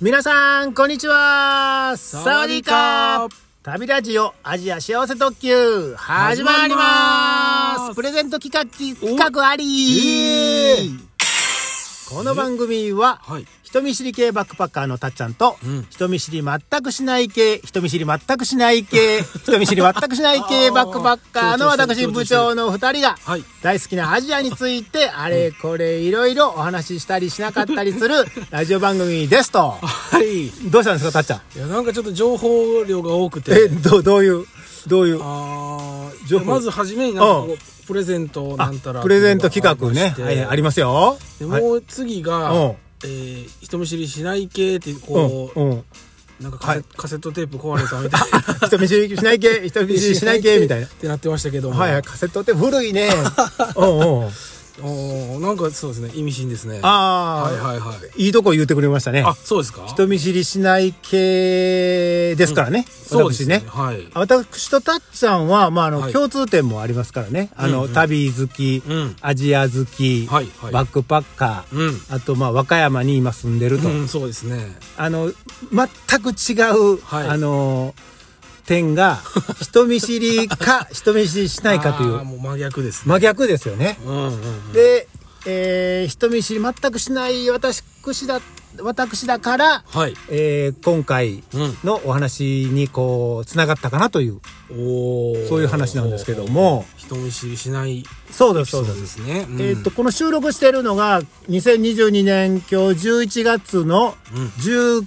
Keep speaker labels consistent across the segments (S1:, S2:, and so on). S1: 皆さん、こんにちはサ
S2: サ
S1: ワ
S2: ワ
S1: デ
S2: デ
S1: ィ
S2: ィ
S1: ー
S2: ー
S1: カ
S2: カ
S1: ー旅ラジオアジア幸せ特急始まり
S2: 始まり
S1: ま
S2: ますす
S1: プレゼント企画企画あ
S2: え
S1: りこの番組は、
S2: はい。
S1: 人見知り系バックパッカーのたっちゃんと、
S2: うん
S1: 人見知り全くしない系、人見知り全くしない 系、人見知り全くしない系バックパッカーの
S2: あー
S1: 私
S2: 承
S1: 部
S2: 知してる
S1: 長の二人が、
S2: はい。
S1: 大好きなアジアについて、あれこれいろいろお話ししたりしなかったりする ラジオ番組ですと。
S2: はい。い
S1: どうしたんですか、たっちゃん。
S2: や、なんかちょっと情報量が多くて。
S1: え、どう、どういう、どういう。
S2: あー
S1: 情報
S2: まずはじめになんかこう
S1: う
S2: プレゼント
S1: あ
S2: なんたら
S1: プレゼント企画ね。
S2: あ
S1: はい、あ
S2: り
S1: りますよ。
S2: まして
S1: はい
S2: でもう次が、
S1: うん
S2: えー人見知りしない系っていう
S1: うん
S2: こ、う、
S1: うん。
S2: なんかカセ,、
S1: はい
S2: カセットテープ壊れたみたい な
S1: 人見知りしない 系、人見知りしない系みたいな
S2: っ。てなってましたけども
S1: はいはい、カセットって古 いね。うんうん。
S2: おーなんかそうですね意味深ですね
S1: ああ、
S2: はいはいはい
S1: いとこ言うてくれましたね
S2: あ。そうですか
S1: 人見知りしない系ですからね。
S2: そうですね
S1: 私ね。
S2: はい
S1: 私とたっちゃんは、まあ、あの、
S2: はい
S1: 共通点もありますからね。あの、
S2: うんうん
S1: 旅好き、
S2: うん
S1: アジア好き、
S2: はいはい
S1: バックパッカー、
S2: うん
S1: あと、まあ、和歌山に今住んでると。
S2: うんそうですね
S1: あの、全く違う、
S2: はい
S1: あの、点 が、人見知りか、人見知りしないかとい
S2: あー
S1: う、
S2: もう真逆ですね
S1: 真逆ですよね。
S2: うんうんうん
S1: で、えー人見知り全くしない私だ、私だから、
S2: はい
S1: えー今回
S2: うん
S1: のお話にこう、つながったかなという、
S2: おー
S1: そういう話なんですけども、
S2: 人見知りしない
S1: そうです、そ
S2: そう
S1: う
S2: で
S1: です。
S2: すね、うん
S1: えーっと、この収録してるのが、2022年今日11月の
S2: うん
S1: 19、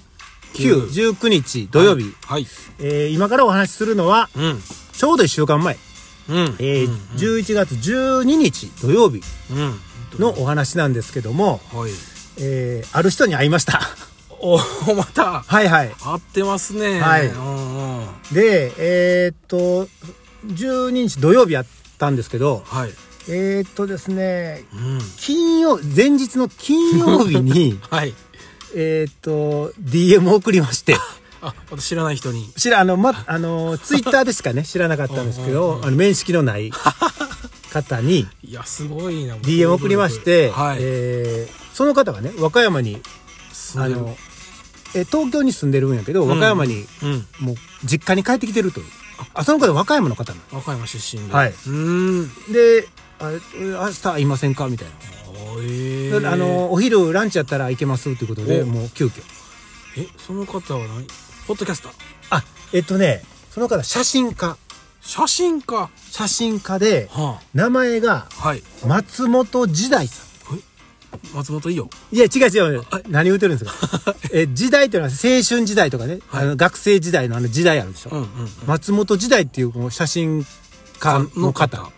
S1: 19日土曜日、
S2: はい
S1: えー今からお話しするのは、
S2: うん
S1: ちょうど1週間前、
S2: うん
S1: えー11月12日土曜日
S2: うん
S1: のお話なんですけども、
S2: はい
S1: えーある人に会いました。
S2: おーま た
S1: はいはい。
S2: 合ってますね
S1: はい
S2: うんうん
S1: で、えーっと、12日土曜日やったんですけど、
S2: はい
S1: えーっとですね、
S2: うん、
S1: 金曜、前日の金曜日 に
S2: はい
S1: えーっと、DM を送りまして、
S2: あ私知らない人に
S1: 知ら、あの、ま、あの、ツイッターでしかね、知らなかったんですけど、あの、面識のない方に
S2: いやすごいな
S1: DM を送りま して、
S2: はい、
S1: えーその方がね、和歌山に、
S2: すご
S1: あ
S2: い
S1: の、え東京に住んでるんやけど、和歌山に、
S2: うん
S1: もう、実家に帰ってきてるという。あ、その方は和歌山の方なの。
S2: 和歌山出身で
S1: はいう
S2: ーん
S1: で、あえ明日会いませんかみたいな。
S2: あえー、
S1: あの、お昼ランチやったら行けますということで、
S2: お
S1: もう急遽。
S2: えその方は何ポッドキャスター
S1: あ、えっとね、その方写真家。
S2: 写真家は
S1: 写真家で、
S2: あ
S1: 名前が
S2: はい
S1: 松本時代さん。
S2: 松本伊代
S1: いや、違う違う
S2: あ。
S1: 何言ってるんですか え、時代というのは青春時代とかね、
S2: はい
S1: あの学生時代のあの時代あるでしょ。
S2: うんうん
S1: 松本時代っていうこの写真家の方。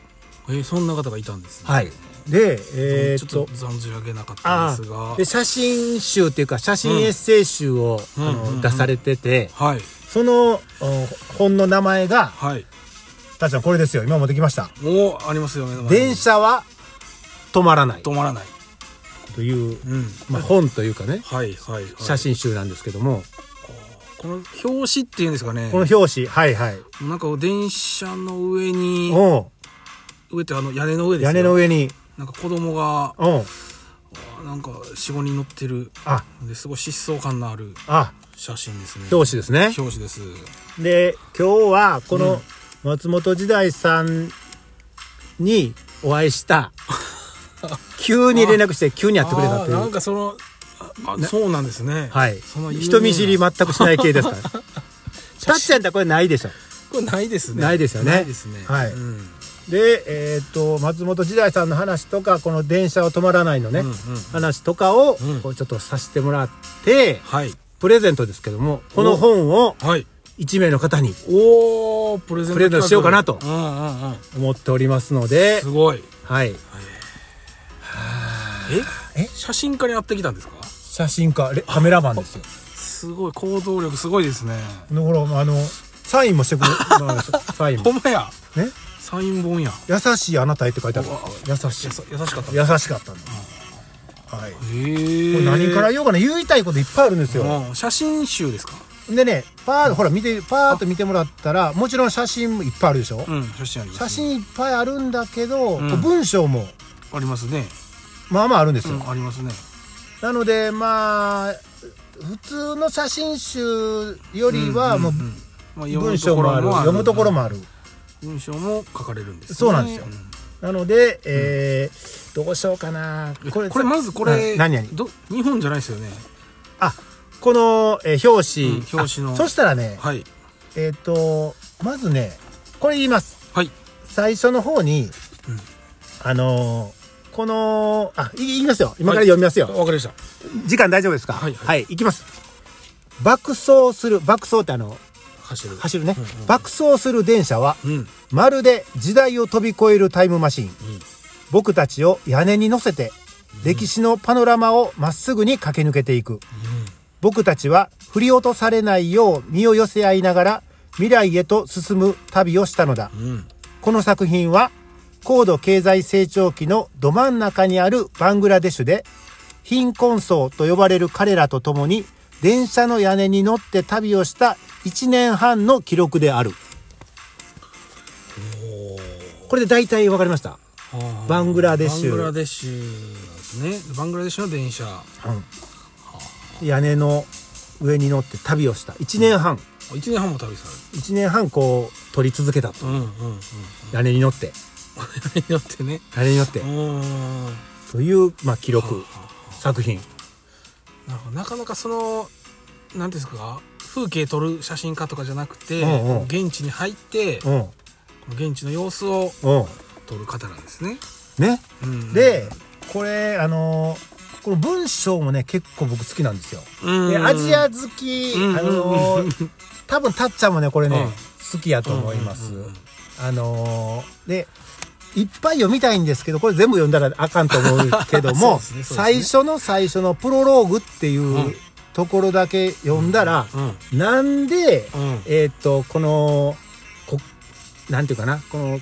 S2: えーそんな方がいたんですね
S1: はい。で、えーっ
S2: ちょっ
S1: と
S2: と、存じ上げなかった
S1: あ
S2: んですが
S1: あで写真集っていうか写真エッセイ集を、
S2: うん
S1: あ
S2: うんうんう
S1: の
S2: ん
S1: 出されてて、
S2: はい
S1: そのお本の名前が
S2: はい
S1: 「たっちゃんこれですよ今持ってきました
S2: もうありますよね」
S1: 「電車は止まらない」
S2: 止まらない
S1: という、
S2: うん
S1: まあ、本というかね
S2: はいはい、はい、
S1: 写真集なんですけども、
S2: この表紙っていうんですかね
S1: この表紙はいはい
S2: なんか電車の上に
S1: お
S2: 上ってあの屋根の上
S1: う
S2: ですよ
S1: 屋根の上に
S2: なんか子供が
S1: おう
S2: なんか45人乗ってる
S1: あ
S2: ですごい疾走感のある
S1: あ
S2: 写真ですね
S1: 表紙ですね
S2: 表紙です
S1: で今日はこの松本時代さんにお会い した、急に連絡して急にやってくれたとい
S2: あーな
S1: うん
S2: かそのああそうなんですね
S1: はい
S2: その。有名な
S1: 人見知り全くしない系 ですから。たっちゃんってこれないでしょ。
S2: これないですね
S1: ないですよね
S2: ないですね
S1: はい
S2: うんうん
S1: で、えっと、松本時代さんの話とか、この電車を止まらないのね、
S2: うんうん
S1: 話とかを
S2: うん、
S1: こうちょっとさせてもらって、
S2: はい
S1: プレゼントですけども、この本を
S2: はい
S1: 1名の方に
S2: おおプレゼント
S1: プレゼントしようかなと
S2: うんうんうん、
S1: 思っておりますのです
S2: ごい
S1: はい。
S2: え
S1: え
S2: 写真家に会ってきたんですか
S1: 写真家、レカメラマンですよ。
S2: すごい行動力すごいですね
S1: のほら、あの、サインもしてくれ、 まあサイン
S2: ほ
S1: も。
S2: んまや
S1: ね。
S2: サイン本や
S1: 優しいあなたへって書いてある
S2: おお。
S1: 優しい
S2: や。さ優しかったへ
S1: 優しかったんだ。はい。こ
S2: え
S1: れ何から言おうかな言いたいこといっぱいあるんですよ、
S2: うん写真集ですか
S1: でねパーほら見てパーッと見てもらったらもちろん写真もいっぱいあるでしょ、
S2: うん写真あります
S1: 写真いっぱいあるんだけど、
S2: うん
S1: 文章も
S2: ありますね
S1: まあまああるんです
S2: う
S1: よ、
S2: んありますね
S1: なのでまあ普通の写真集よりは
S2: うん
S1: もう
S2: うんまあ
S1: 文章もある読むところもある
S2: 文章も書かれるんですね
S1: そうなんですよなので、えーどうしようかな
S2: これこれ
S1: さ
S2: まずこれ、
S1: うん何々
S2: ど日本じゃないですよね
S1: あこの、えー表紙、
S2: うん表紙の
S1: あそしたらね、
S2: はい
S1: えっ、とまずねこれ言います
S2: はい
S1: 最初の方に、
S2: うん
S1: あのーこのあい言いますよ今から読みますよ、
S2: わかりました
S1: 時間大丈夫ですか
S2: はい
S1: はい、行きます爆走する爆走ってあの
S2: 走る
S1: 走るね、
S2: うんうん
S1: 爆走する電車は
S2: うんうん
S1: まるで時代を飛び越えるタイムマシン僕たちを屋根に乗せて歴史のパノラマをまっすぐに駆け抜けていく僕たちは振り落とされないよう身を寄せ合いながら未来へと進む旅をしたのだ
S2: うんうん
S1: この作品は高度経済成長期のど真ん中にあるバングラデシュで貧困層と呼ばれる彼らと共に電車の屋根に乗って旅をした1年半の記録であるこれで大体わかりました、
S2: はあ
S1: バングラデシュ
S2: バングラデシュなんですねバングラデシュの電車あ
S1: うん、屋根の上に乗って旅をした1年半、
S2: 一年半も旅さ
S1: 1年半こう撮り続けたと
S2: れるうんうんうん
S1: 屋根に乗って
S2: やってね
S1: 屋根に乗って
S2: うんな
S1: という、まあ、記録作品
S2: るほどなかなかそのなんていうんですか風景撮る写真家とかじゃなくて、
S1: うんうん
S2: 現地に入って、
S1: うん
S2: 現地の様子を
S1: うん
S2: 撮る方なんですね、
S1: ね
S2: うん
S1: でこれあのーこの文章もね結構僕好きなんですよ。
S2: うん
S1: でアジア好き、
S2: うん
S1: あのー多分たっちゃんもねこれね、
S2: うん
S1: 好きやと思います。
S2: うんうんうんうん
S1: あのーでいっぱい読みたいんですけどこれ全部読んだらあかんと思うけど
S2: そう
S1: も、
S2: ですねそう
S1: 最
S2: です
S1: 初の最初のプロローグっていう、
S2: うん
S1: ところだけ読んだら、
S2: うん
S1: なんで、
S2: うん
S1: えーっとこのこなんていうかなこの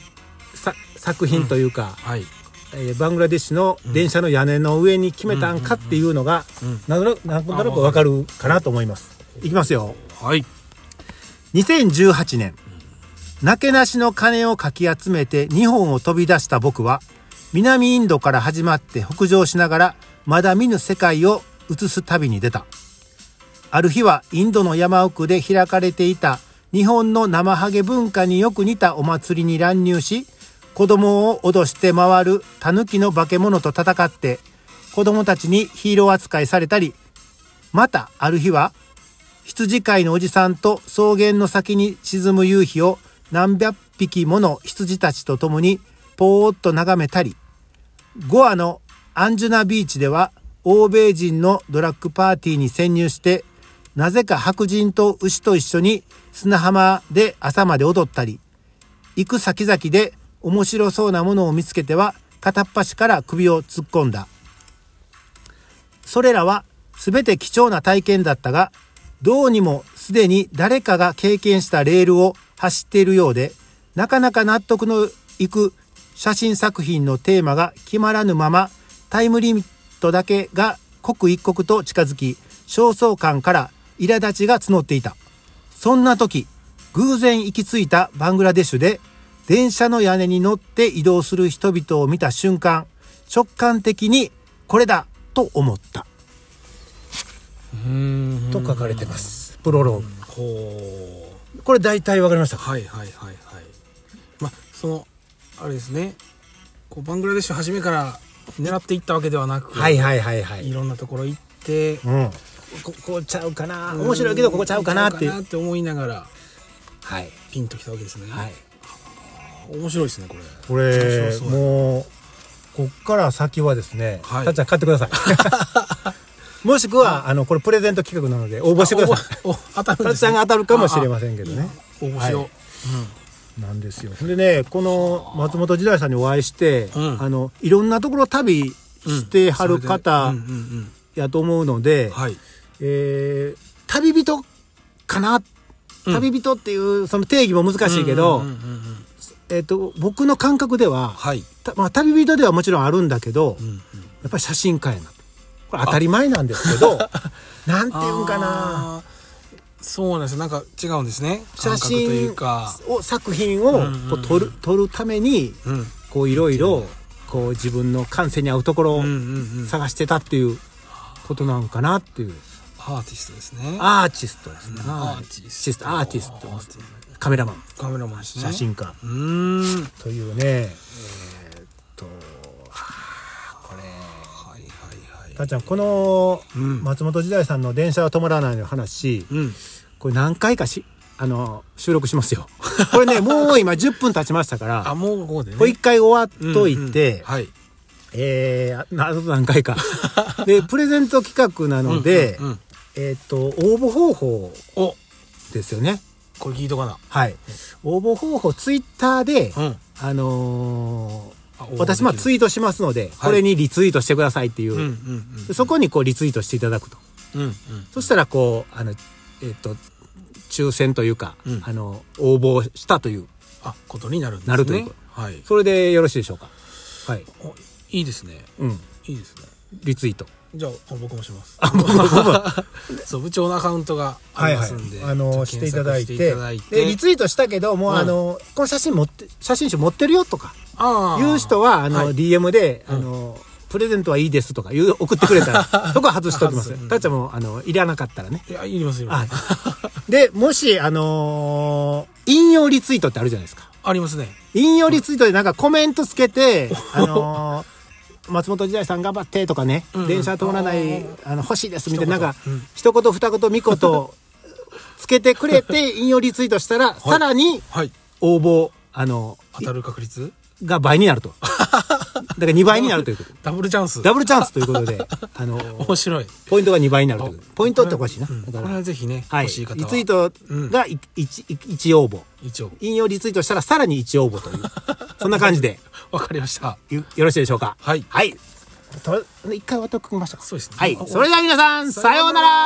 S1: さ作品というか、
S2: はい
S1: えーバングラデシュの電車の屋根の上に決めたんかっていうのが、
S2: うん
S1: なんとなくなんとなくわかるかなと思います。いきますよ。
S2: はい
S1: 2018年、なけなしの金をかき集めて日本を飛び出した僕は、南インドから始まって北上しながら、まだ見ぬ世界を移す旅に出た。ある日はインドの山奥で開かれていた日本の生ハゲ文化によく似たお祭りに乱入し、子供を脅して回るタヌキの化け物と戦って、子供たちにヒーロー扱いされたり、またある日は羊飼いのおじさんと草原の先に沈む夕日を何百匹もの羊たちと共にぽーっと眺めたり、ゴアのアンジュナビーチでは欧米人のドラッグパーティーに潜入して、なぜか白人と牛と一緒に砂浜で朝まで踊ったり、行く先々で面白そうなものを見つけては片っ端から首を突っ込んだ。それらは全て貴重な体験だったが、どうにもすでに誰かが経験したレールを走っているようで、なかなか納得のいく写真作品のテーマが決まらぬまま、タイムリミットだけが刻一刻と近づき、焦燥感から苛立ちが募っていた。そんな時、偶然行き着いたバングラデシュで、電車の屋根に乗って移動する人々を見た瞬間、直感的にこれだと思った。
S2: うん
S1: と書かれてます。プロローグ。
S2: こう
S1: これ大体わかりましたか
S2: はいはいはいはいまあそのあれですねこうバングラデシュ初めから狙っていったわけではなく、、
S1: はいはいはいはいい。
S2: ろんなところ行って
S1: うん。ここちゃうかな。
S2: うん
S1: 面白いけどここちゃうかなって。
S2: ちゃうかなって思いながら
S1: はい。
S2: ピンときたわけですね、
S1: はい。
S2: 面白いですねこれ
S1: こ
S2: 面白
S1: れ、
S2: そうや
S1: もう、こっから先はですね、
S2: はい
S1: たっちゃん買ってく ださい。もしくは、あの、これプレゼント企画なので応募してください。
S2: あおお当たる
S1: たっちゃんが当たるかもしれませんけどね。
S2: せん応募しよう、
S1: はいなんですよ。でね、この松本時代さんにお会いして、
S2: うん
S1: あの、いろんなところ旅
S2: うん
S1: してはる方
S2: うんうんうん
S1: やと思うので、
S2: はい
S1: えー旅人かな、
S2: うん
S1: 旅人っていうその定義も難しいけど、
S2: うんうんうんうん
S1: えっと僕の感覚では、
S2: はい、
S1: たまあ、旅人ではもちろんあるんだけど、
S2: うん
S1: や
S2: うん、
S1: っぱり写真家やなこれ当たり前なんですけど なんていうんかな
S2: あーそうなんですよなんか違うんですね
S1: 写
S2: 感覚とい
S1: 真
S2: うか
S1: を作品を
S2: んうん
S1: こう撮る撮るために
S2: うん
S1: こういろいろこう自分の感性に合うところを
S2: うんうんうん
S1: 探してたっていうことなんかなっていう。
S2: あアーティストですね
S1: アーティストですね。
S2: アーティ
S1: シス
S2: ス
S1: ト
S2: ト
S1: アーティストカメラマン、
S2: カメラマンですね
S1: 写真家、
S2: うーんはい
S1: というね、えーっと、はあこれ、
S2: はいはい
S1: たっちゃん、この
S2: うん
S1: 松本時代さんの電車は止まらないの話、
S2: うん
S1: これ何回かし、あの、収録します よ。これね、もう今10分経ちましたか
S2: あ
S1: ら、
S2: もうここでね
S1: これ一回終わっと
S2: うん
S1: い
S2: うん
S1: て、
S2: はい
S1: えー、ああと何回 か。で、プレゼント企画なので、
S2: うんうんうん
S1: えーっと、応募方法
S2: お
S1: ですよね。
S2: これ聞いとかな
S1: はい。応募方法、ツイッターで、
S2: うん
S1: あの
S2: あ
S1: ー私、まあ、ツイートしますので、これにリツイートしてくださいっていう、
S2: うんうんうん
S1: でそこにこう、リツイートしていただくと。
S2: うんうん
S1: そしたら、こう、あの、えっ、と、抽選というか、
S2: うん
S1: あの、応募したという、
S2: あことになるんですね
S1: なるというこ
S2: はい
S1: それでよろしいでしょうか。はい。
S2: おいいですね
S1: うん。
S2: いいですね
S1: リツイート。
S2: じゃああ僕もします
S1: あ、僕も、僕も。
S2: そう部長のアカウントがありますんで、
S1: あの、
S2: ち
S1: し
S2: ょってと
S1: いただい、
S2: 検索してていただいて
S1: で、リツイートしたけど、もう、
S2: うん
S1: あの、この写真持って、写真集持ってるよとか、
S2: ああ
S1: いう人は、あの、
S2: はい
S1: DM で、あの、プレゼントはいいですとか いう送ってくれたら、そこは外しておきます
S2: 外すう。ん
S1: たっちゃんも、あの、いらなかったらね。
S2: いやいりますよ、
S1: はい。で、もし、あのー引用リツイートってあるじゃないですか。
S2: ありますね
S1: 引用リツイートでなんかコメントつけ て、あのー松本時代さん頑張ってとかね、
S2: うんうん
S1: 電車通らない、あの、欲しいですみたいな、
S2: 一言
S1: なんか
S2: うん、
S1: 一言二言三 言、つけてくれて、引用リツイートしたら、さらに
S2: はい
S1: 応募、あの、
S2: 当たる確率
S1: が倍になると。だから2倍になるということ。
S2: ダブルチャンス
S1: ダブルチャンスということで、あの、
S2: 面白い
S1: ポイントが2倍になるということで。ポイントっておかしいな。
S2: うん
S1: だ
S2: こ
S1: か
S2: れ
S1: ら
S2: はぜひね、
S1: はい。
S2: 欲しい方は
S1: リツイートがい一一応応募。
S2: 一応
S1: 引用リツイートしたらさらに一応応募という。そんな感じで、
S2: わかりました
S1: よよろしいでしょうか。
S2: はい
S1: はい。と一回終わっておきましょうか。
S2: そうですね
S1: はい。それでは皆さん、さようなら